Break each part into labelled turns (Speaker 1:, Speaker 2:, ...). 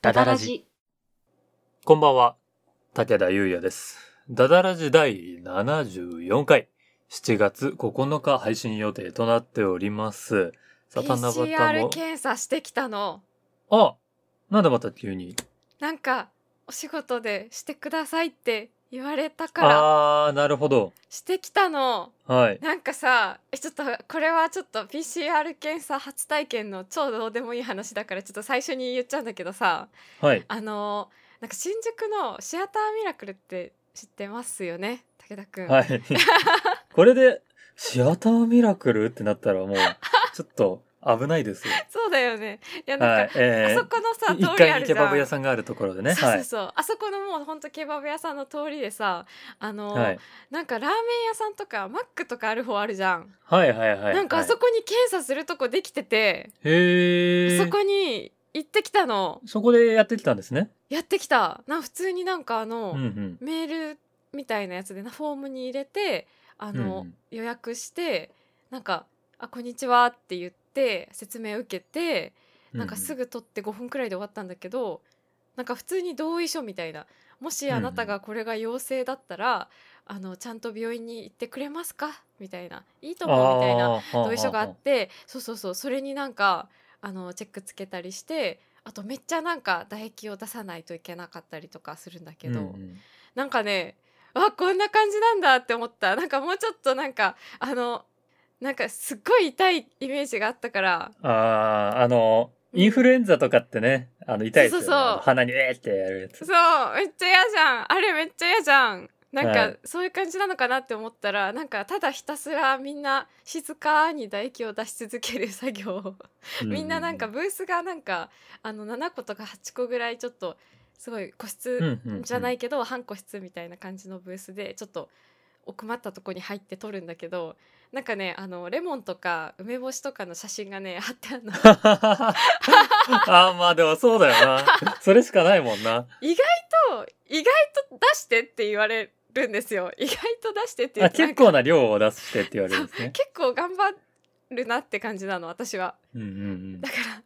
Speaker 1: ダダラジ。こんばんは、武田優也です。ダダラジ第74回、7月9日配信予定となっております。さあ、七夕
Speaker 2: PCR
Speaker 1: も。
Speaker 2: 検査してきたの
Speaker 1: あなんでまた急に。
Speaker 2: なんかお仕事でしてくださいって言われたから
Speaker 1: あー、なるほど。
Speaker 2: してきたの
Speaker 1: はい。
Speaker 2: なんかさえちょっとこれはちょっと PCR 検査初体験の超どうでもいい話だからちょっと最初に言っちゃうんだけどさ
Speaker 1: はい。
Speaker 2: あのーなんか新宿のシアターミラクルって知ってますよね武田くん、
Speaker 1: はい。これで、シアターミラクルってなったらもう、ちょっと危ないですよ。
Speaker 2: そうだよねい やなんか、
Speaker 1: はい。
Speaker 2: あ
Speaker 1: え
Speaker 2: そこのさ
Speaker 1: ー、1
Speaker 2: 通りあ
Speaker 1: 階に
Speaker 2: るじ
Speaker 1: ケ
Speaker 2: ゃ
Speaker 1: バ
Speaker 2: ん
Speaker 1: ブ屋さんがあるところでね。
Speaker 2: そう
Speaker 1: は
Speaker 2: そう
Speaker 1: い。
Speaker 2: そう、あそこのもうほんとケバブ屋さんの通りでさあのー、
Speaker 1: はい。
Speaker 2: なんかラーメン屋さんとかマックとかある方あるじゃん、
Speaker 1: はいはいはい。
Speaker 2: なんかあそこに検査するとこできてて、
Speaker 1: へえ。
Speaker 2: そこに行ってきたの
Speaker 1: そこでやってきたんですね。
Speaker 2: やってきたなんか普通になんかあの、
Speaker 1: うんうん。
Speaker 2: メールみたいなやつでなフォームに入れてあの、
Speaker 1: うんうん
Speaker 2: 予約してなんか「あこんにちは」って言って説明受けてなんかすぐ取って5分くらいで終わったんだけど、なんか普通に同意書みたいなもしあなたがこれが陽性だったら、あのちゃんと病院に行ってくれますかみたいないいと
Speaker 1: うん
Speaker 2: 思うみたいな
Speaker 1: あー
Speaker 2: 同意書があ
Speaker 1: は
Speaker 2: ってそうそうそうそれになんかあのチェックつけたりしてあとめっちゃなんか唾液を出さないといけなかったりとかするんだけど、
Speaker 1: うんうん
Speaker 2: なんかねあこんな感じなんだって思ったなんかもうちょっとなんかあのなんかすっごい痛いイメージがあったから
Speaker 1: あーあのインフルエンザとかってねあの痛いですよ、ね、
Speaker 2: そうそうそう
Speaker 1: あの鼻にえーってやるやつ
Speaker 2: そうめっちゃ嫌じゃんあれめっちゃ嫌じゃんなん
Speaker 1: は
Speaker 2: か
Speaker 1: い
Speaker 2: そういう感じなのかなって思ったらなんかただひたすらみんな静かに唾液を出し続ける作業を
Speaker 1: う
Speaker 2: みんななんかブースがなんかあの7個とか8個ぐらいちょっとすごい個室
Speaker 1: うんうんうん
Speaker 2: じゃないけど半個室みたいな感じのブースでちょっと奥まったとこに入って撮るんだけどなんかねあのレモンとか梅干しとかの写真がね貼ってある の
Speaker 1: あーまあでもそうだよ なそれしかないもんな
Speaker 2: と意外と出してって言われるんですよ意外と出してって言
Speaker 1: あ
Speaker 2: ってな
Speaker 1: 結
Speaker 2: んか
Speaker 1: 構な量を出してって言われるんですね
Speaker 2: 結構頑張るなって感じなの私は
Speaker 1: うんうん
Speaker 2: だから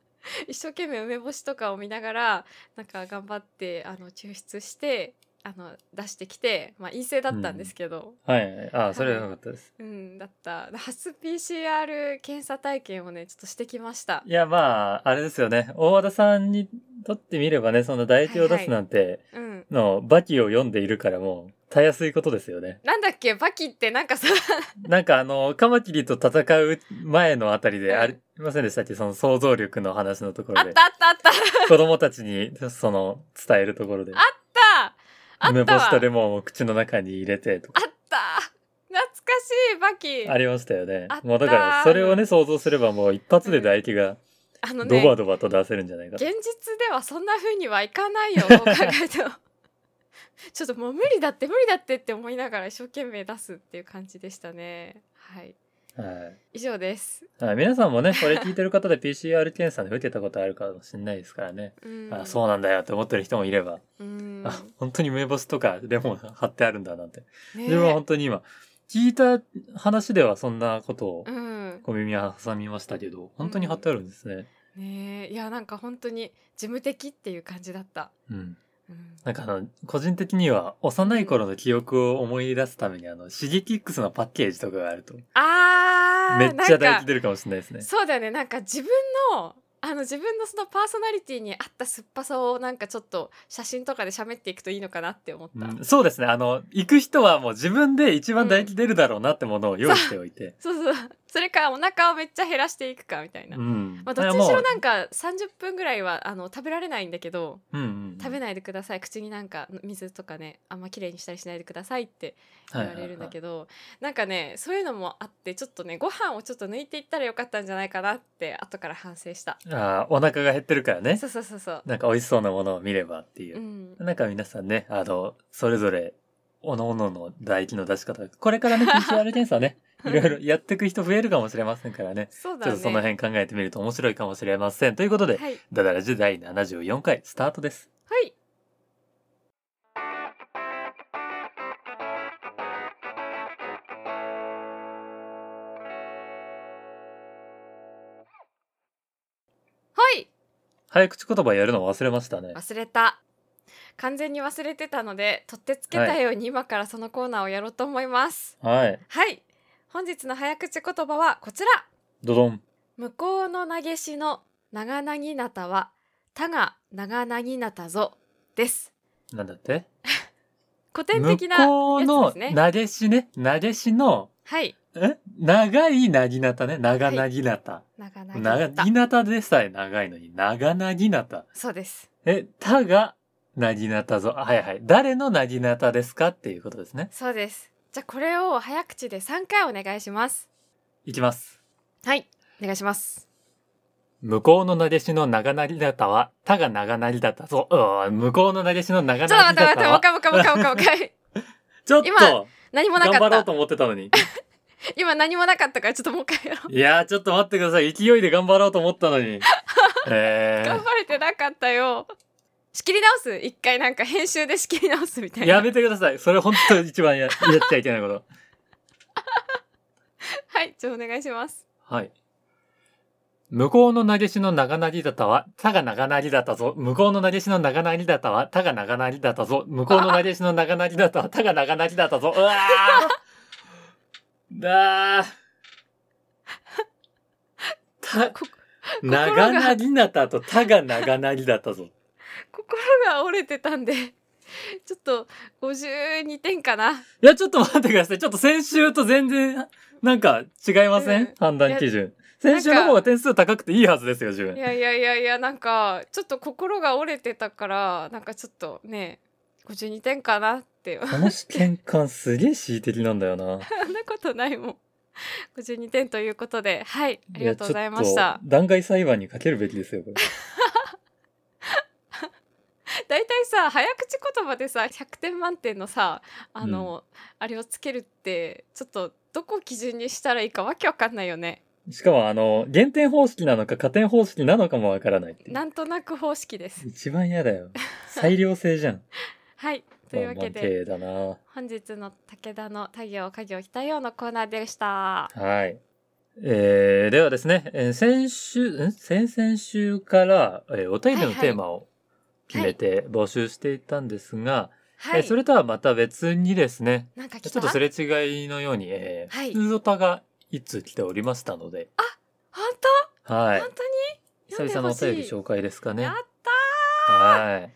Speaker 2: 一生懸命梅干しとかを見ながらなんか頑張ってあの抽出してあの出してきて、まあ、陰性だったんですけど、
Speaker 1: うんはいはいあーそれは良かったです
Speaker 2: うんだった初 PCR 検査体験をねちょっとしてきました
Speaker 1: いやまああれですよね大和田さんにとってみればねその唾液を出すなんて
Speaker 2: うん
Speaker 1: のバキを読んでいるからもうたやすいことですよね
Speaker 2: なんだっけバキってなんかさ
Speaker 1: なんかあの、カマキリと戦う前のあたりで、
Speaker 2: うん
Speaker 1: ありませんでしたっけその想像力の話のとこ
Speaker 2: あ
Speaker 1: ろ
Speaker 2: っ
Speaker 1: で。
Speaker 2: たあったあったあっ
Speaker 1: 子供たちに、その、伝えるところで。
Speaker 2: たあ
Speaker 1: 梅
Speaker 2: った
Speaker 1: 干しと
Speaker 2: わ
Speaker 1: レモンを口の中に入れてとか、
Speaker 2: あった懐かしいバキ
Speaker 1: ありましたよね
Speaker 2: あっ。た
Speaker 1: もうだから、それをね、想像すればもう一発で唾液が
Speaker 2: あの
Speaker 1: ド
Speaker 2: ね
Speaker 1: バドバと出せるんじゃないかと。
Speaker 2: 現実ではそんな風にはいかないよどう考えて もちょっともう無理だって無理だってって思いながら一生懸命出すっていう感じでしたねはい
Speaker 1: はい
Speaker 2: 以上です、
Speaker 1: はい。皆さんもね、これ聞いてる方で PCR 検査で受けたことあるかもしれないですからね。
Speaker 2: うん
Speaker 1: あ、そうなんだよって思ってる人もいれば、
Speaker 2: うん
Speaker 1: あ、本当に梅干しとかレモン貼ってあるんだなんて。
Speaker 2: ね
Speaker 1: でも本当に今、聞いた話ではそんなことを
Speaker 2: うん
Speaker 1: 小耳は挟みましたけど、本当に貼ってあるんですね。
Speaker 2: ねいやなんか本当に事務的っていう感じだった、
Speaker 1: うん。
Speaker 2: うん、
Speaker 1: なんかあの、個人的には幼い頃の記憶を思い出すためにあの、シゲキックスのパッケージとかがあると、
Speaker 2: あー
Speaker 1: めっちゃ唾
Speaker 2: なん
Speaker 1: 液
Speaker 2: か
Speaker 1: 出るかもしれないですね。
Speaker 2: そうだよねなんか自分のあの自分のそのパーソナリティに合った酸っぱさをなんかちょっと写真とかで喋っていくといいのかなって思った、
Speaker 1: うんそうですね。あの、行く人はもう自分で一番唾液出るだろうなってものを用意しておいて。
Speaker 2: そうそうそれかお腹をめっちゃ減らしていくかみたいな、
Speaker 1: うん。
Speaker 2: まあ、どっちにしろ
Speaker 1: い。
Speaker 2: なんか30分ぐらいはあの食べられないんだけど
Speaker 1: うんうん。
Speaker 2: 食べないでください口になんか水とかねあんま綺麗にしたりしないでくださいって言われるんだ
Speaker 1: ど。
Speaker 2: けど、なんかねそういうのもあってちょっとねご飯をちょっと抜いていったらよかったんじゃないかなって後から反省した
Speaker 1: あーお腹が減ってるからね
Speaker 2: そ。うそうそうそう
Speaker 1: なんか美味しそうなものを見ればっていう
Speaker 2: う。ん
Speaker 1: なんか皆さんね、あの、それぞれ、おのおのの唾液の出し方、これからね、PCR 検査 ね、いろいろやっていく人増えるかもしれませんからね。
Speaker 2: そうだ
Speaker 1: ちょ
Speaker 2: ね
Speaker 1: っとその辺考えてみると面白いかもしれません。ということで、
Speaker 2: はい、
Speaker 1: ダダラジ第74回スタートです。
Speaker 2: はい、はい
Speaker 1: 早口言葉やるの忘れましたね。
Speaker 2: 忘れた完全に忘れてたので取ってつけたように今からそのコーナーをやろうと思います
Speaker 1: はい。
Speaker 2: はい本日の早口言葉はこちら
Speaker 1: ドドン。
Speaker 2: 向こうの投げしの長なぎなたは他が長なぎなたぞです
Speaker 1: なんだって
Speaker 2: 古典
Speaker 1: 向
Speaker 2: 的な
Speaker 1: こう
Speaker 2: や
Speaker 1: の
Speaker 2: つですね
Speaker 1: なでしね。なでしの、
Speaker 2: はい
Speaker 1: え長いなぎなたね。長なぎなた。
Speaker 2: 長なぎな
Speaker 1: 長
Speaker 2: た
Speaker 1: ぎなたでさえ長いのに、長なぎなた。
Speaker 2: そうです
Speaker 1: え、たが、なぎなたぞ。あはいはい。誰のなぎなたですかっていうことですね。
Speaker 2: そうですじゃあこれを早口で3回お願いします
Speaker 1: いきます。
Speaker 2: はいお願いします
Speaker 1: 向こうのなでしの長なぎなたは、たが長なぎだったぞ。うわ向こうのなでしの長
Speaker 2: ちょっ
Speaker 1: な
Speaker 2: と待っ
Speaker 1: ぎ
Speaker 2: て待
Speaker 1: だ
Speaker 2: っ
Speaker 1: ってた
Speaker 2: もう
Speaker 1: は、
Speaker 2: 一回もう一回もう一回もう 一回
Speaker 1: ちょっ
Speaker 2: 今
Speaker 1: と、
Speaker 2: 何もな
Speaker 1: 頑
Speaker 2: か
Speaker 1: 張
Speaker 2: っ
Speaker 1: ろう
Speaker 2: た
Speaker 1: と思ってたの に。
Speaker 2: 今何もなかったからちょっともう一回やろう
Speaker 1: いやー、ちょっと待ってください。勢いで頑張ろうと思ったのに。え
Speaker 2: 頑張れてなかったよ仕切り直す一回なんか編集で仕切り直すみた
Speaker 1: ー、
Speaker 2: いな
Speaker 1: やめてください。それ本当に一番ややっちゃいけないこと。
Speaker 2: はいじゃあお願いします
Speaker 1: はい。向こうの投げしの長なりだったは、たが長なりだったぞ。向こうの投げしの長なりだったは、たが長なりだったぞ。向こうの投げしの長なりだったは、たが長なりだったぞ。うわ ーだー。た、
Speaker 2: こが
Speaker 1: 長なりなたとたが長なりだったぞ。
Speaker 2: 心が折れてたんでちょっと52点かない
Speaker 1: や、ちょっと待ってください。ちょっと先週と全然、なんか違いません、
Speaker 2: うん
Speaker 1: 判断基準。先週の方が点数高くていいはずですよ、自分
Speaker 2: い。やいやいやいやなんかちょっと心が折れてたからなんかちょっとね52点かなって
Speaker 1: この試験官すげえ恣意的なんだよ な。
Speaker 2: そんなことないもん52点ということではいありがとうございま
Speaker 1: や
Speaker 2: し
Speaker 1: ちょ
Speaker 2: た
Speaker 1: っと弾劾裁判にかけるべきですよ、これ。
Speaker 2: 大体さ早口言葉でさ100点満点のさあの、あれをつけるってちょっとどこ基準にしたらいいかわけわかんないよね
Speaker 1: しかも、あの、減点方式なのか加点方式なのかもわからないっていう
Speaker 2: なんとなく方式です
Speaker 1: 一番嫌だよ。裁量制じゃん。
Speaker 2: はい というわけで
Speaker 1: まあまあ
Speaker 2: 本日の武田の太陽家業たようのコーナーでした
Speaker 1: 軽だな。はい。えー、ではですね、えー先週、ん先々週から、えーお便りのテーマを決めて募集していたんですが、
Speaker 2: は
Speaker 1: えー
Speaker 2: い
Speaker 1: それとはまた別にですね、
Speaker 2: なんか来た
Speaker 1: ちょっとすれ違いのように、えー
Speaker 2: はい
Speaker 1: 普通歌が一通来ておりましたので、
Speaker 2: 本
Speaker 1: はい
Speaker 2: 当本。当に
Speaker 1: 久
Speaker 2: 読んで
Speaker 1: 々の
Speaker 2: ほ
Speaker 1: お
Speaker 2: しい
Speaker 1: 便り紹介ですかね
Speaker 2: や。った
Speaker 1: は
Speaker 2: めっ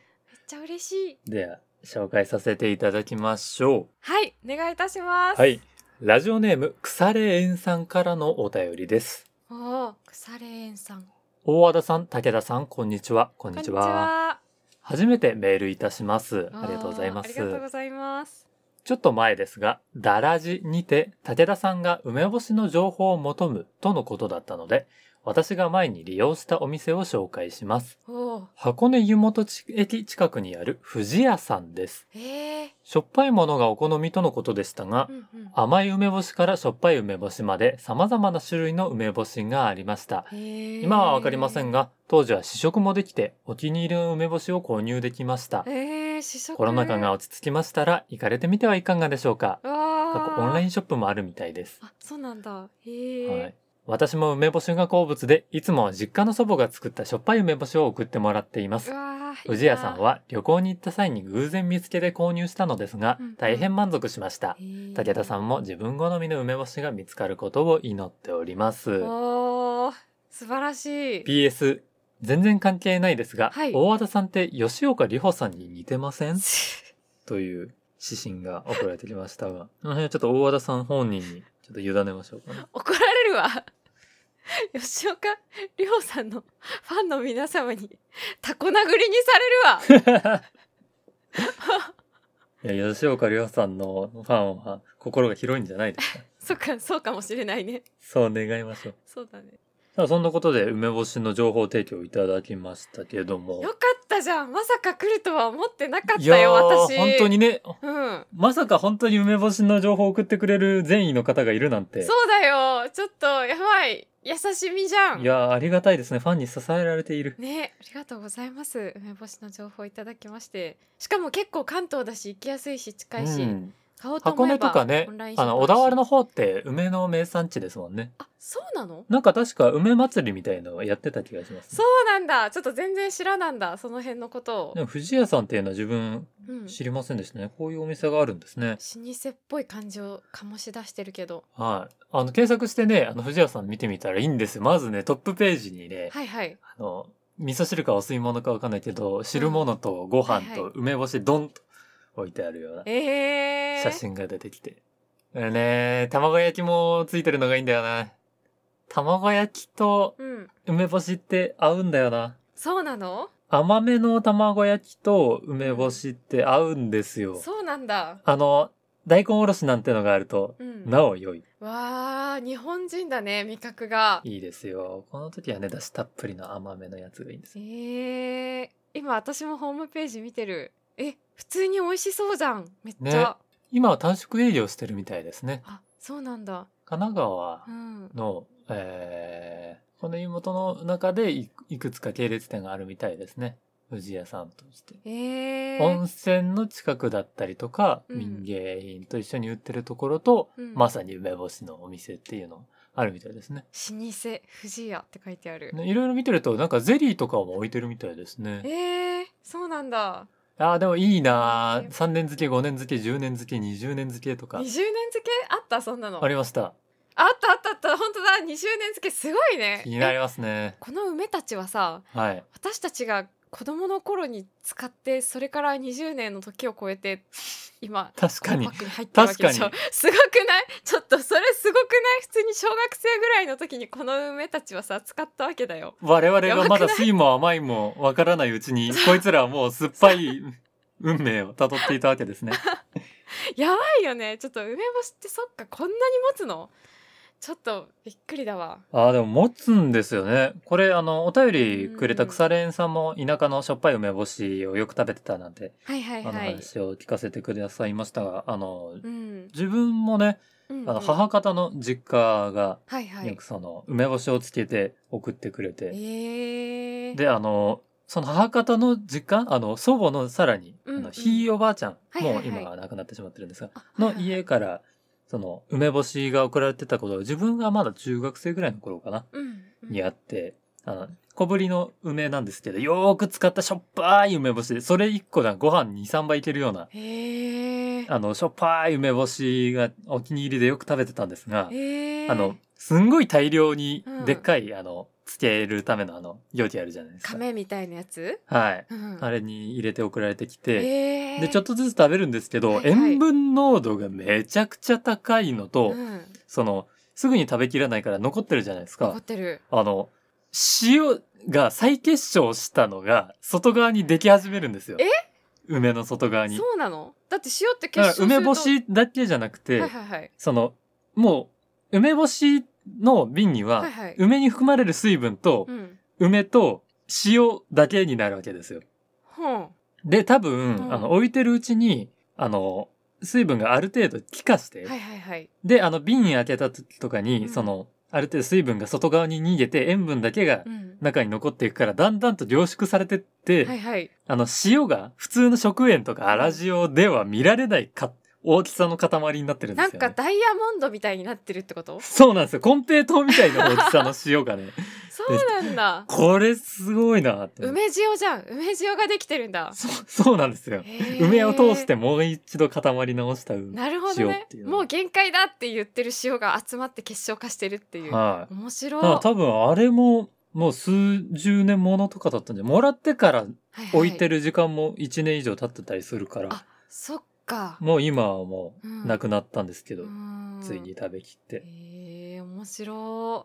Speaker 2: ちゃ嬉しい
Speaker 1: い。では、紹介させていただきましょ
Speaker 2: はいお願いいたしま
Speaker 1: う。
Speaker 2: す
Speaker 1: はい。ラジオネーム、腐れ縁さんからのお便りです。
Speaker 2: おー腐れ縁さん
Speaker 1: 大和田さん、武田さん、こんにちは。こん
Speaker 2: こん
Speaker 1: に
Speaker 2: に
Speaker 1: ち
Speaker 2: ち
Speaker 1: は。
Speaker 2: は
Speaker 1: 初めてメールいたします。
Speaker 2: あー
Speaker 1: ありがとうございま
Speaker 2: ありがとう
Speaker 1: す。
Speaker 2: ございます
Speaker 1: ちょっと前ですが、だらじにて武田さんが梅干しの情報を求むとのことだったので、私が前に利用したお店を紹介します。
Speaker 2: おー
Speaker 1: 箱根湯本地駅近くにある富士屋さんです。
Speaker 2: えー
Speaker 1: しょっぱいものがお好みとのことでしたが
Speaker 2: う、んうん
Speaker 1: 甘い梅干しからしょっぱい梅干しまで様々な種類の梅干しがありました。今
Speaker 2: 今
Speaker 1: はわかりません
Speaker 2: が、
Speaker 1: が、当時は試食もできてお気に入りの梅干しを購入できました
Speaker 2: え。ー、試食
Speaker 1: コロナ禍が
Speaker 2: わ
Speaker 1: 落ち着きましたら、行かれてみてはいかがでしょうか。過
Speaker 2: あ
Speaker 1: 去オンラインショップもあるみたいです。
Speaker 2: あそうなんだへえ、
Speaker 1: はい。私も梅干しが好物で、いつもは実家の祖母が作ったしょっぱい梅干しを送ってもらっていま
Speaker 2: う
Speaker 1: す。
Speaker 2: わー
Speaker 1: 藤屋さんは旅行に行った際に偶然見つけて購入したのですが
Speaker 2: うんうん、
Speaker 1: 大変満足しました。
Speaker 2: いいな
Speaker 1: 武田さんも自分好みの梅干しが見つかることを祈っております。
Speaker 2: おー素晴らしい
Speaker 1: PS、全然関係ないですが、
Speaker 2: はい
Speaker 1: 大和田さんって吉岡里帆さんに似てません という指針が送られてきましたが、この辺はちょっと大和田さん本人にちょっと委ねましょうかね。
Speaker 2: 怒られるわ 吉岡里帆さんのファンの皆様にタコ殴りにさ れるわ
Speaker 1: いや、吉岡里帆さんのファンは心が広いんじゃないですか。
Speaker 2: そっかそうかもしれないね
Speaker 1: そう願いましょう。
Speaker 2: そうだね
Speaker 1: さあ、そんなことで梅干しの情報提供いただきましたけれども。
Speaker 2: よかったじゃんまさか来るとは思ってなかった
Speaker 1: いや
Speaker 2: よ
Speaker 1: ー
Speaker 2: 私
Speaker 1: 本当にね、
Speaker 2: うん
Speaker 1: まさか本当に梅干しの情報を送ってくれる善意の方がいるなんて。
Speaker 2: そうだよちょっとやばい優しみじゃん
Speaker 1: いやーありがたいですね。ファンに支えられている。
Speaker 2: ねありがとうございます梅干しの情報いただきましてしかも結構関東だし行きやすいし近いし、
Speaker 1: うん
Speaker 2: 買おうと
Speaker 1: 箱
Speaker 2: 思え
Speaker 1: 根
Speaker 2: ば
Speaker 1: とかね
Speaker 2: オンライン、ショ
Speaker 1: あ
Speaker 2: ップ
Speaker 1: の、小田原の方って梅の名産地ですもんね。
Speaker 2: あそうなの
Speaker 1: なんか確か梅祭りみたいのをやってた気がします、
Speaker 2: そうなんだちょっと全然知らなんだその辺のことを
Speaker 1: で、も、藤屋さんっていうのは自分
Speaker 2: うん、老
Speaker 1: 知りませんでしたね。こういうお店があるんですね。
Speaker 2: 舗っぽい感じを醸し出してるけど
Speaker 1: はい。あの、検索してね、あの、藤屋さん見てみたらいいんですよ。まずね、トップページにね、
Speaker 2: はいはい
Speaker 1: あの、味噌汁かお吸い物かわかんないけど、汁物とご飯
Speaker 2: は
Speaker 1: と
Speaker 2: い
Speaker 1: 梅干しドンと置いてあるような
Speaker 2: えー、
Speaker 1: 写真が出てきて。だよね卵焼きもついてるのがいいんだよな。卵焼きと
Speaker 2: うん
Speaker 1: 梅干しって合うんだよな。
Speaker 2: そうなの
Speaker 1: 甘めの卵焼きと梅干しって合うんですよ。
Speaker 2: そうなんだ
Speaker 1: あの、大根おろしなんてのがあると、
Speaker 2: うん
Speaker 1: なお良い。
Speaker 2: わー日本人だね味覚が
Speaker 1: いいですよ。この時はね、だしたっぷりの甘めのやつがいいんです
Speaker 2: え
Speaker 1: よ。
Speaker 2: ー、今私もホームページ見てるえ普通に美味しそうじゃんめっちゃ、
Speaker 1: 今は単色営業してるみたいですね。
Speaker 2: あそうなんだ
Speaker 1: 神奈川
Speaker 2: うん
Speaker 1: の、えー、この湯本の中でいいくつか系列店があるみたいですね。藤屋さんとして。
Speaker 2: え
Speaker 1: 温
Speaker 2: ー、
Speaker 1: 泉の近くだったりとか、
Speaker 2: うん
Speaker 1: 民芸品と一緒に売ってるところと、
Speaker 2: うん
Speaker 1: まさに梅干しのお店っていうのあるみたいですね。
Speaker 2: 老舗藤屋って書いてある、
Speaker 1: ねいろいろ見てると、なんかゼリーとかも置いてるみたいですね。
Speaker 2: えー、そうなんだ
Speaker 1: ああ、でもいいな
Speaker 2: え
Speaker 1: ー3年漬け、5年漬け、10年漬け、20年漬けとか
Speaker 2: 20年。漬けあったそんなの
Speaker 1: ありました。
Speaker 2: あったあったあった本当だ20年漬けすごいね
Speaker 1: 気にな
Speaker 2: え
Speaker 1: りますね。
Speaker 2: この梅たちはさ
Speaker 1: はい。
Speaker 2: 私たちが子供の頃に使ってそれから20年の時を超えて今
Speaker 1: 確かに
Speaker 2: このパックに入ってるわけでしょ
Speaker 1: 確
Speaker 2: すごくないちょっとそれすごくない普通に小学生ぐらいの時にこの梅たちはさ使ったわけだよ
Speaker 1: 我々がま
Speaker 2: やばく
Speaker 1: だ
Speaker 2: ない
Speaker 1: 酸いも甘いもわからないうちに、こいつらはもう酸っぱい運命を辿っていたわけです ね。
Speaker 2: やばいよねちょっと梅干しってそっかこんなに持つのちょっとびっくりだわ
Speaker 1: ああ、でも持つんですよね。これ、あの、お便りくれた腐れ縁さんも田舎のしょっぱい梅干しをよく食べてたなんて、
Speaker 2: はいは
Speaker 1: あ
Speaker 2: い
Speaker 1: の
Speaker 2: はい
Speaker 1: 話を聞かせてくださいましたが、あの、
Speaker 2: うん
Speaker 1: 自分もね、
Speaker 2: うんうん
Speaker 1: あの母方の実家が、
Speaker 2: はいは
Speaker 1: よ
Speaker 2: い
Speaker 1: くその、梅干しをつけて送ってくれ
Speaker 2: え
Speaker 1: て、
Speaker 2: ー、
Speaker 1: で、あの、その母方の実家、あの、祖母のさらに、あ
Speaker 2: うんう
Speaker 1: の
Speaker 2: ん
Speaker 1: ひいおばあちゃん、
Speaker 2: はいはい
Speaker 1: も
Speaker 2: は
Speaker 1: う
Speaker 2: い
Speaker 1: 今は亡くなってしまってるんですが、
Speaker 2: あ
Speaker 1: の
Speaker 2: はいはいはい
Speaker 1: 家から、その、梅干しが送られてたことが、自分がまだ中学生ぐらいの頃かな。
Speaker 2: うんうん
Speaker 1: にあって、あの、小ぶりの梅なんですけど、よーく使ったしょっぱい梅干しで、それ1個がご飯2、3杯いけるような、
Speaker 2: へえ。
Speaker 1: あの、しょっぱい梅干しがお気に入りでよく食べてたんですが、
Speaker 2: へー
Speaker 1: あの、、すんごい大量に
Speaker 2: うん、
Speaker 1: でっかい、あの、つけるためのあの、容器あるじゃないですか。
Speaker 2: 亀みたいなやつ。
Speaker 1: はい。
Speaker 2: うん
Speaker 1: あれに入れて送られてきて、
Speaker 2: へー
Speaker 1: で、ちょっとずつ食べるんですけど、
Speaker 2: はいはい
Speaker 1: 塩分濃度がめちゃくちゃ高いのと、
Speaker 2: うん
Speaker 1: その、すぐに食べきらないから残ってるじゃないですか。
Speaker 2: 残ってる。
Speaker 1: あの、塩が再結晶したのが、外側にでき始めるんですよ。
Speaker 2: え
Speaker 1: 梅の外側に。
Speaker 2: そうなの。だって塩って
Speaker 1: だ
Speaker 2: 結
Speaker 1: から
Speaker 2: 晶すると。
Speaker 1: 梅干しだけじゃなくて、
Speaker 2: はいはいはい。
Speaker 1: その、もう、梅干しの瓶には、
Speaker 2: はいはい
Speaker 1: 梅に含まれる水分と
Speaker 2: う、ん。
Speaker 1: 梅と塩だけになるわけですよ。
Speaker 2: ほん。
Speaker 1: で、多分、
Speaker 2: うん
Speaker 1: あの、置いてるうちに、あの、水分がある程度気化して、
Speaker 2: はいはいはい。
Speaker 1: で、あの、瓶開けた時とかに、
Speaker 2: うん
Speaker 1: その、ある程度水分が外側に逃げて、塩分だけが
Speaker 2: うん。
Speaker 1: 中に残っていくから、だんだんと凝縮されてって、
Speaker 2: はいはい。
Speaker 1: あの、塩が普通の食塩とか粗塩では見られないか、大きさの塊になってるんで
Speaker 2: なん
Speaker 1: すよ、ね。
Speaker 2: かダイヤモンドみたいになってるってこと。
Speaker 1: そうなんですよ。コンペイトーみたいな大きさの塩がね。
Speaker 2: そうなんだ。
Speaker 1: これすごいなって。
Speaker 2: 梅塩じゃん。梅塩ができてるんだ。
Speaker 1: そう、そうなんですよ。梅を通して
Speaker 2: も。
Speaker 1: もう一度塊直した梅。
Speaker 2: なるほど
Speaker 1: 塩
Speaker 2: ね
Speaker 1: っていう。の
Speaker 2: もう限界だって言ってる塩が集まって結晶化してるっていう。
Speaker 1: はい。
Speaker 2: 面
Speaker 1: だ
Speaker 2: 白
Speaker 1: から
Speaker 2: い。
Speaker 1: 多分あれも、もう数十年ものとかだったんで、もらってから
Speaker 2: はいはい
Speaker 1: 置いてる時間も1年以上経ってたりするから、
Speaker 2: あ、そっか。
Speaker 1: もう今はもうなくなったんですけど、
Speaker 2: うん
Speaker 1: ついに食べきって。
Speaker 2: えー、面白い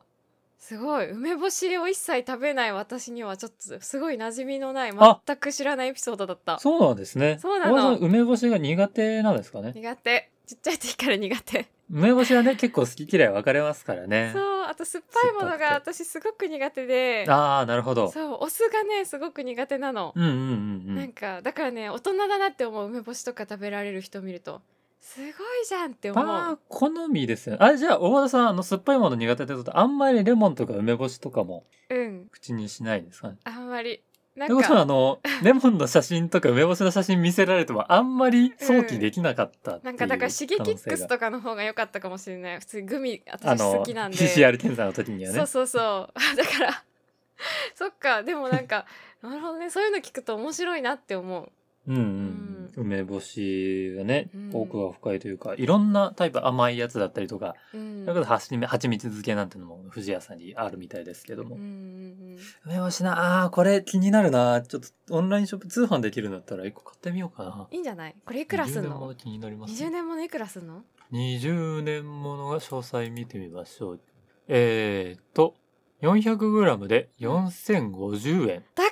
Speaker 2: すごい梅干しを一切食べない私にはちょっとすごい馴染みのない
Speaker 1: あ
Speaker 2: 全く知らないエピソードだった
Speaker 1: そうなんですね。
Speaker 2: そうなの
Speaker 1: 小川さん梅干しが苦手なんですかね。
Speaker 2: 苦手ちっちゃい時から苦手、
Speaker 1: 梅干しはね、結構好き嫌い分かれますからね。
Speaker 2: そうあと酸っぱいものが
Speaker 1: 酸っ
Speaker 2: 私すごく苦手で
Speaker 1: ああ、なるほど。
Speaker 2: そうお酢がねすごく苦手なの、
Speaker 1: うんうんうんう
Speaker 2: なん
Speaker 1: ん。
Speaker 2: かだからね大人だなって思う梅干しとか食べられる人見るとすごいじゃんって思
Speaker 1: まあ
Speaker 2: う、
Speaker 1: 好みですよね。あれじゃあ、大和田さん、あの、酸っぱいもの苦手ってことあんまりレモンとか梅干しとかも
Speaker 2: うん
Speaker 1: 口にしないですかね。
Speaker 2: あんまりな
Speaker 1: ということはあ のレモンの写真とか梅干しの写真見せられてもあんまり想起できなかったって
Speaker 2: ない
Speaker 1: うん可
Speaker 2: かだから
Speaker 1: 能
Speaker 2: シ
Speaker 1: 性
Speaker 2: ゲキックス
Speaker 1: が。
Speaker 2: とかの方が良かったかもしれない普通にグミ
Speaker 1: あ
Speaker 2: 私好
Speaker 1: の
Speaker 2: きなんで、
Speaker 1: PCR 検査の時には
Speaker 2: そ
Speaker 1: ね
Speaker 2: うそうそう だからそっかでもなんかなるほどねそういうの聞くと面白いなって思う
Speaker 1: うんうんうん、梅干しがね
Speaker 2: うん
Speaker 1: 奥が深いというかいろんなタイプ甘いやつだったりとか、
Speaker 2: うん
Speaker 1: それこそはちみ蜂蜜漬けなんてのも富士屋さんにあるみたいですけども、
Speaker 2: うんうんうん
Speaker 1: 梅干しなあーこれ気になるなちょっとオンラインショップ通販できるんだったら一個買ってみようかない
Speaker 2: いんじゃないこれいくらす
Speaker 1: 20
Speaker 2: ん
Speaker 1: 年も
Speaker 2: の
Speaker 1: の気になりますね
Speaker 2: ?20 年ものいくらすんの
Speaker 1: 20年ものが詳細見てみましょう。えーっと、400g で4050円。
Speaker 2: 高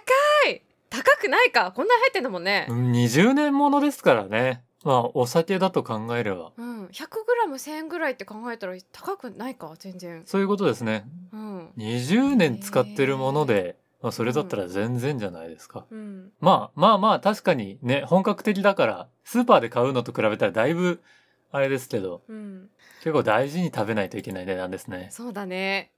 Speaker 2: い高くないかこんなに入ってんだもんね
Speaker 1: うん20年ものですからね。まあ、お酒だと考えれば。
Speaker 2: うん、100g1000 円ぐらいって考えたら高くないか全然
Speaker 1: そういうことですね。
Speaker 2: うん
Speaker 1: 20年使ってるもので、まあ、それだったら全然じゃないですか。
Speaker 2: うん
Speaker 1: まあまあまあ、確かにね、本格的だから、スーパーで買うのと比べたらだいぶ、あれですけど、
Speaker 2: うん
Speaker 1: 結構大事に食べないといけない値段ですね。
Speaker 2: そうだね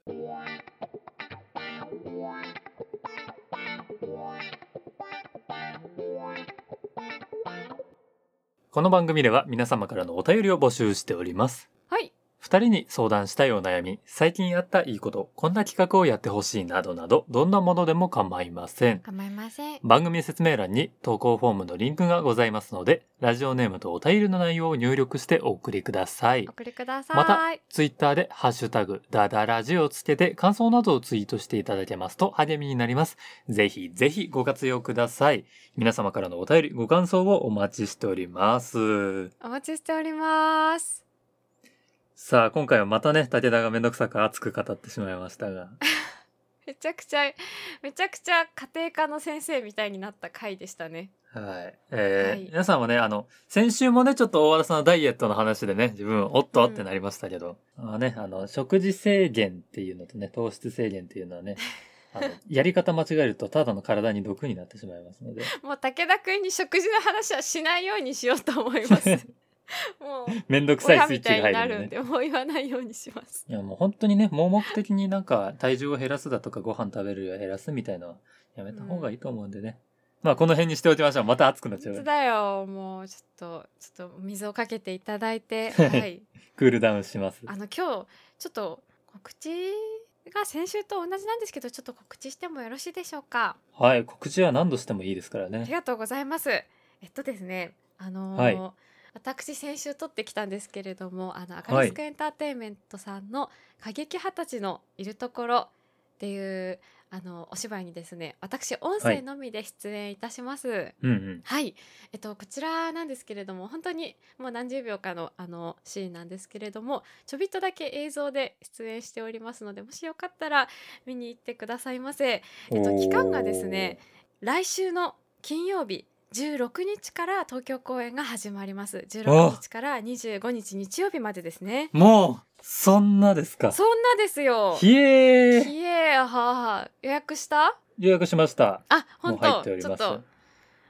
Speaker 1: この番組では皆様からのお便りを募集しております。
Speaker 2: はい
Speaker 1: 二人に相談したいお悩み、最近あったいいこと、こんな企画をやってほしいなどなど、どんなものでも構いません。
Speaker 2: 構いません
Speaker 1: 番組説明欄に投稿フォームのリンクがございますので、ラジオネームとお便りの内容を入力してお送りください
Speaker 2: お。送りください
Speaker 1: また、ツイッターでハッシュタグ、ダダラジをつけて感想などをツイートしていただけますと励みになります。ぜひぜひご活用ください。皆様からのお便り、ご感想をお待ちしております。
Speaker 2: お待ちしております
Speaker 1: さあ、今回はまたね、武田がめんどくさく熱く語ってしまいましたが。
Speaker 2: めちゃくちゃめちゃくちゃ家庭科の先生みたいになった回でしたね
Speaker 1: はい。えー
Speaker 2: はい
Speaker 1: 皆さんもね、あの、先週もね、ちょっと大和田さんのダイエットの話でね、自分、おっとってなりましたけど、あのね、あの、食事制限っていうのとね、糖質制限っていうの はね、あのやり方間違えると、ただの体に毒になってしまいますので、
Speaker 2: もう武田君に食事の話はしないようにしようと思いますもう
Speaker 1: めんどくさい
Speaker 2: 親
Speaker 1: スイッ
Speaker 2: み
Speaker 1: チ
Speaker 2: たい
Speaker 1: が
Speaker 2: にな
Speaker 1: 入る
Speaker 2: る
Speaker 1: ん
Speaker 2: ん
Speaker 1: でね。
Speaker 2: でもう言わないようにします
Speaker 1: いや、もう本当にね、盲目的になんか、体重を減らすだとか、ご飯食べる量を減らすみたいなのは、やめた方がいいと思うんでね。まあ、この辺にしておきましょう。また熱くなっちゃう
Speaker 2: 本当。だよもうちょっとちょっと水をかけていただ いてはい
Speaker 1: クールダウンします。
Speaker 2: あの今日ちょっと告知が先週と同じなんですけどちょっと告知してもよろしいでしょうか
Speaker 1: はい、告知は何度してもいいですから
Speaker 2: あり
Speaker 1: ね。
Speaker 2: がとうございますえっとですねあのー
Speaker 1: はい
Speaker 2: 私先週撮ってきたんですけれどもあのアガリスクエンターテインメントさんの「過激二十歳のいるところ」っていうあのお芝居にですね私音声のみで出演いたします、
Speaker 1: うんうん。
Speaker 2: はい、えっと、こちらなんですけれども本当にもう何十秒かのあのシーンなんですけれどもちょびっとだけ映像で出演しておりますのでもしよかったら見に行ってくださいませえっと
Speaker 1: おー
Speaker 2: 期間がですね。来週の金曜日16日から東京公演が始まります16日から25日日曜日までですね
Speaker 1: もう、そんなですか。
Speaker 2: そんなですよ
Speaker 1: ひえー
Speaker 2: ひえーはあはあ予約した
Speaker 1: 予約しました。
Speaker 2: あ
Speaker 1: もう入
Speaker 2: 本当
Speaker 1: っており
Speaker 2: ちょ
Speaker 1: ま
Speaker 2: っ
Speaker 1: す。
Speaker 2: と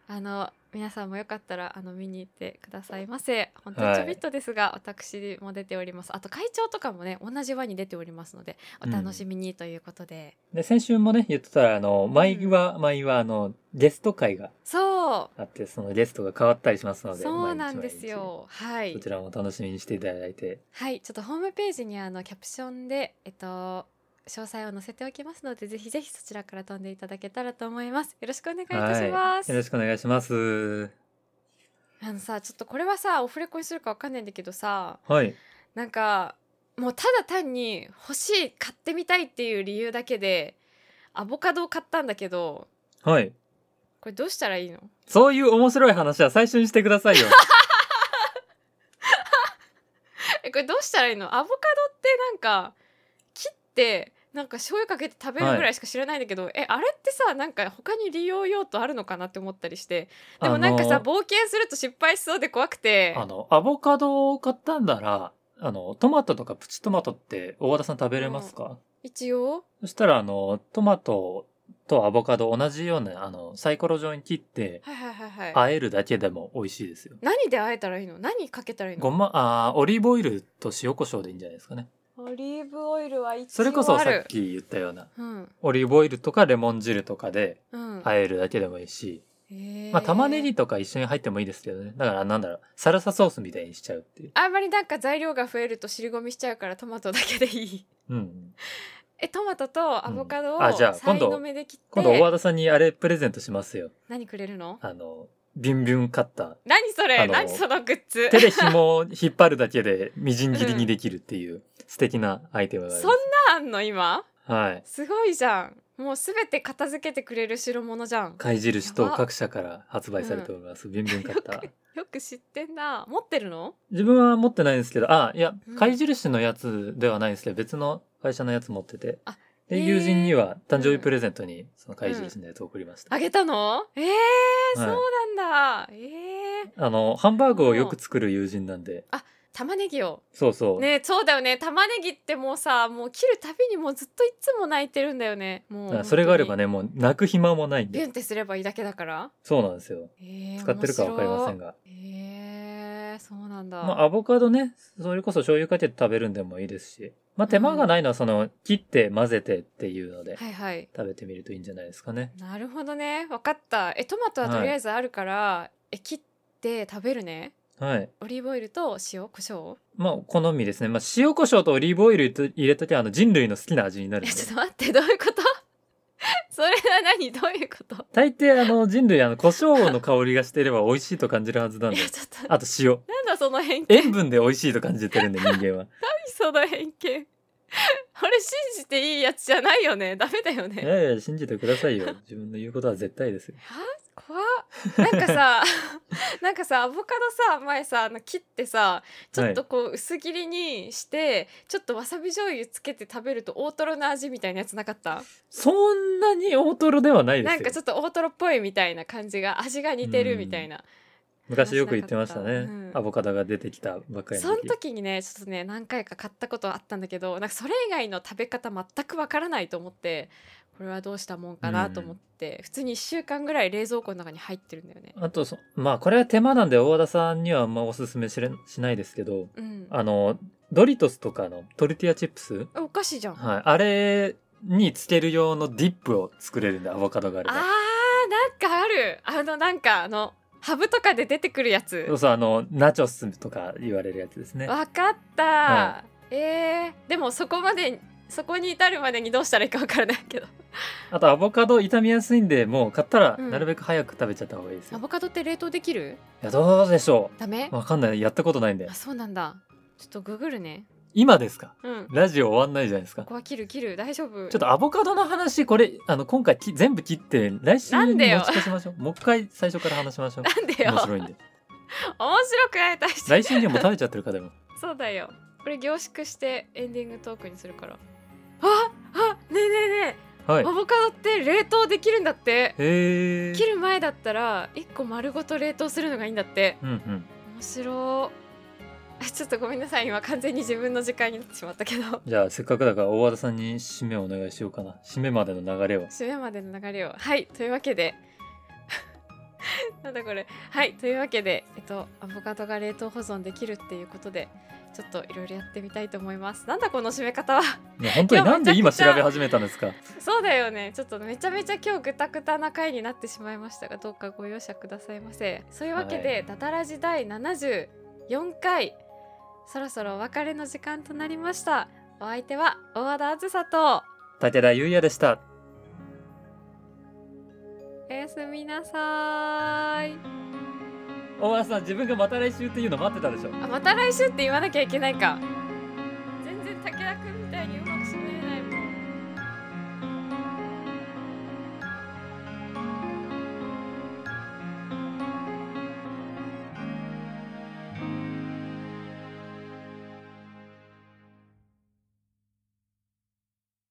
Speaker 2: あの皆さんもよかったらあの見に行ってくださいませ本当
Speaker 1: はい
Speaker 2: にちょびっとですが、私も出ておりますあと会長とかもね同じ輪に出ておりますのでお楽しみにということで、
Speaker 1: で、先週もね、言ってたら、あの、毎は、毎は、あの、ゲスト会が
Speaker 2: そ
Speaker 1: あって、そのゲストが変わったりしますの
Speaker 2: う
Speaker 1: で。
Speaker 2: そう
Speaker 1: 毎
Speaker 2: な
Speaker 1: 日
Speaker 2: んです
Speaker 1: 毎
Speaker 2: よは
Speaker 1: 日。
Speaker 2: い
Speaker 1: こちらも楽しみにしていただいて。
Speaker 2: はいちょっとホームページにあのキャプションでえっと詳細を載せておきますのでぜひぜひそちらから飛んでいただけたらと思いますよろしくお願いいたします、
Speaker 1: よろしくお願いします。
Speaker 2: あのさちょっとこれはさオフレコにするかわかんないんだけどさ
Speaker 1: はい。
Speaker 2: なんかもうただ単に欲しい買ってみたいっていう理由だけでアボカドを買ったんだけど
Speaker 1: はい。
Speaker 2: これどうしたらいいの
Speaker 1: そういう面白い話は最初にしてくださいよ。
Speaker 2: えこれどうしたらいいのアボカドってなんか切ってなんか醤油かけて食べるぐらいしか知らないんだけど、えあれってさなんか他に利用用途あるのかなって思ったりして でもなんかさ
Speaker 1: あの
Speaker 2: 冒険すると失敗しそうで怖くて
Speaker 1: あの、アボカドを買ったんなら、あの、トマトとかプチトマトって大和田さん食べれますか、
Speaker 2: 一応
Speaker 1: そしたら、あの、トマトとアボカド同じような、あの、サイコロ状に切って、
Speaker 2: はいはいはいはい、
Speaker 1: 和えるだけでも美味しいですよ。
Speaker 2: 何であえたらいいの何かけたらいい
Speaker 1: ご
Speaker 2: の
Speaker 1: ま、あーオリーブオイルと塩コショウでいいんじゃないですかね。
Speaker 2: うん
Speaker 3: オリーブオイルは一応ある
Speaker 1: それこそさっき言ったような
Speaker 2: うん
Speaker 1: オリーブオイルとかレモン汁とかで
Speaker 2: うん
Speaker 1: 和えるだけでもいいし、
Speaker 2: へー
Speaker 1: まあ玉ねぎとか一緒に入ってもいいですけどねだからなんだろうサルサソースみたいにしちゃうっていう
Speaker 2: あんまりなんか材料が増えると尻込みしちゃうからトマトだけでいい
Speaker 1: うん
Speaker 2: えトマトとアボカド
Speaker 1: う
Speaker 2: を
Speaker 1: んあじゃあ
Speaker 2: さ
Speaker 1: 今
Speaker 2: い
Speaker 1: 度
Speaker 2: の目で切って
Speaker 1: 今度大和田さんにあれプレゼントしますよ
Speaker 2: 何くれるの
Speaker 1: あのビュンビュンカッター
Speaker 2: 何それ
Speaker 1: あの
Speaker 2: 何そのグッズ
Speaker 1: 手で紐を引っ張るだけでみじん切りにできるっていう素敵なアイテムがあり
Speaker 2: そ
Speaker 1: ま
Speaker 2: ん
Speaker 1: す、
Speaker 2: なあんの今
Speaker 1: はい
Speaker 2: すごいじゃんもうすべて片付けてくれる代物じゃん
Speaker 1: 貝印
Speaker 2: や
Speaker 1: と
Speaker 2: ば
Speaker 1: 各社から発売されております、ビュンビュンカッター
Speaker 2: よく知ってんな持ってるの
Speaker 1: 自分は持ってないんですけどあいや
Speaker 2: うん
Speaker 1: 貝印のやつではないんですけど別の会社のやつ持ってて
Speaker 2: あ
Speaker 1: で
Speaker 2: へー
Speaker 1: 友人には誕生日プレゼントにその貝印のやつを送りました、
Speaker 2: あげたのえー、そう
Speaker 1: はい
Speaker 2: なんだえー、
Speaker 1: あのハンバーグをよく作る友人なんで
Speaker 2: 玉ねぎを
Speaker 1: そうそう、
Speaker 2: ねそうだよね玉ねぎってもうさもう切るたびにもうずっといつも泣いてるんだよねも
Speaker 1: だか
Speaker 2: う
Speaker 1: らそれがあれば
Speaker 2: ね
Speaker 1: ねもう泣く暇もないん
Speaker 2: ビュ
Speaker 1: で
Speaker 2: ンってすればいいだけだから、
Speaker 1: そうなんですよ
Speaker 2: えー、
Speaker 1: 使ってるかわかりません
Speaker 2: が
Speaker 1: が
Speaker 2: えー、そうなんだ、
Speaker 1: まあ、アボカドね、それこそ醤油かけて食べるんでもいいですし、まあ、手間がないのはその、切って混ぜてっていうので、
Speaker 2: はいはい
Speaker 1: 食べてみるといいんじゃないですかね。
Speaker 2: なるほどね分かったえトマトはとりあえずあるから、え切って食べるね
Speaker 1: はい。
Speaker 2: オリーブオイルと塩コショウを
Speaker 1: まあ、好みですね。まあ、塩コショウとオリーブオイルと入れときゃ、あの、人類の好きな味になる
Speaker 2: え
Speaker 1: んで。
Speaker 2: ちょっと待ってどういうこと それは何どういうこと
Speaker 1: 大抵、あの、人類、あの、胡椒の香りがしていれば美味しいと感じるはずなん
Speaker 2: い
Speaker 1: で
Speaker 2: や。ちょっと
Speaker 1: あと塩。
Speaker 2: なんだその偏見
Speaker 1: 塩分で美味しいと感じてるんで、人間 は。
Speaker 2: その偏見 あれ信じていいやつじゃないよねダメだよ
Speaker 1: い
Speaker 2: ね
Speaker 1: やいや、信じてくださいよ。自分の言うことは絶対ですよ。
Speaker 2: は怖っなんかさ なんかさアボカドさ前さあの切ってさちょっとこう薄切りにして、ちょっとわさび醤油つけて食べると大トロの味みたいなやつなかった
Speaker 1: そんなに大トロではないです
Speaker 2: な
Speaker 1: よ。
Speaker 2: んかちょっと大トロっぽいみたいな感じが味が似てるみたいな
Speaker 1: 昔よく言ってましたね、
Speaker 2: 話しなかったうん
Speaker 1: アボカドが出てきたばっかり
Speaker 2: そ
Speaker 1: の
Speaker 2: の
Speaker 1: 時
Speaker 2: 時にねちょっとね何回か買ったことはあったんだけどなんかそれ以外の食べ方全くわからないと思ってこれはどうしたもんかなと思って、普通に1週間ぐらい冷蔵庫の中に入ってるんだよね。
Speaker 1: あとそまあこれは手間なんで大和田さんにはあんまおすすめしれしないですけど
Speaker 2: うん、
Speaker 1: あのドリトスとかのトルティアチップス、
Speaker 2: おかしいじゃん。あ
Speaker 1: はい、あれにつける用のディップを作れるんでアボカドがあれ
Speaker 2: ー
Speaker 1: ば
Speaker 2: なんかあるあのなんかあのハブとかで出てくるやつ
Speaker 1: そうそうあのナチョスとか言われるやつですね
Speaker 2: わかった、
Speaker 1: は
Speaker 2: えー、でもそこまでそこに至るまでにどうしたらいいかわからないけど
Speaker 1: あとアボカド炒めやすいんでもう買ったら
Speaker 2: うん
Speaker 1: なるべく早く食べちゃった方がいいですよ、
Speaker 2: ア
Speaker 1: い
Speaker 2: ボカドって冷凍できる
Speaker 1: やどうでしょ
Speaker 2: ダメ
Speaker 1: うわかんないやったことないんで
Speaker 2: あそうなんだちょっとググるね
Speaker 1: 今ですか
Speaker 2: うん
Speaker 1: ラジオ終わんないじゃないですか
Speaker 2: ここは切る切る大丈夫
Speaker 1: ちょっとアボカドの話これあの今回き全部切って来週
Speaker 2: な
Speaker 1: に
Speaker 2: んでよ
Speaker 1: 持ち越しましょう もう一回最初から話しましょう
Speaker 2: なんで
Speaker 1: 面
Speaker 2: よ面白
Speaker 1: 白いんで
Speaker 2: くない大して
Speaker 1: 来週にはもう食べちゃってるからでも
Speaker 2: そうだよこれ凝縮してエンディングトークにするからああねえねえね
Speaker 1: は
Speaker 2: え、
Speaker 1: い
Speaker 2: アボカドって冷凍できるんだって
Speaker 1: へえ
Speaker 2: 切る前だったら1個丸ごと冷凍するのがいいんだって
Speaker 1: うんうん
Speaker 2: 面白いあちょっとごめんなさい今完全に自分の時間になってしまったけど
Speaker 1: じゃあせっかくだから大和田さんに締めをお願いしようかな締めまでの流れを
Speaker 2: 締めまでの流れをはいというわけで なんだこれはいというわけでえっとアボカドが冷凍保存できるっていうことでちょっといろいろやってみたいと思いますなんだこの締め方は
Speaker 1: ね本当に
Speaker 2: いや
Speaker 1: なんで今
Speaker 2: めち
Speaker 1: 調
Speaker 2: ゃくちゃ
Speaker 1: べ始めたんですか
Speaker 2: そうだよねちょっとめちゃめちゃ今日グタグタな回になってしまいましたがどうかご容赦くださいませそういうわけで、
Speaker 1: は
Speaker 2: ダダラジ第74回そろそろお別れの時間となりましたお相手は大和田あずさと
Speaker 1: 武田優也でした
Speaker 2: おやすみなさーい
Speaker 1: 大和田さん自分がまた来週っていうの待ってたでしょ
Speaker 2: あまた来週って言わなきゃいけないか全然武田君みたいにうまく締めれない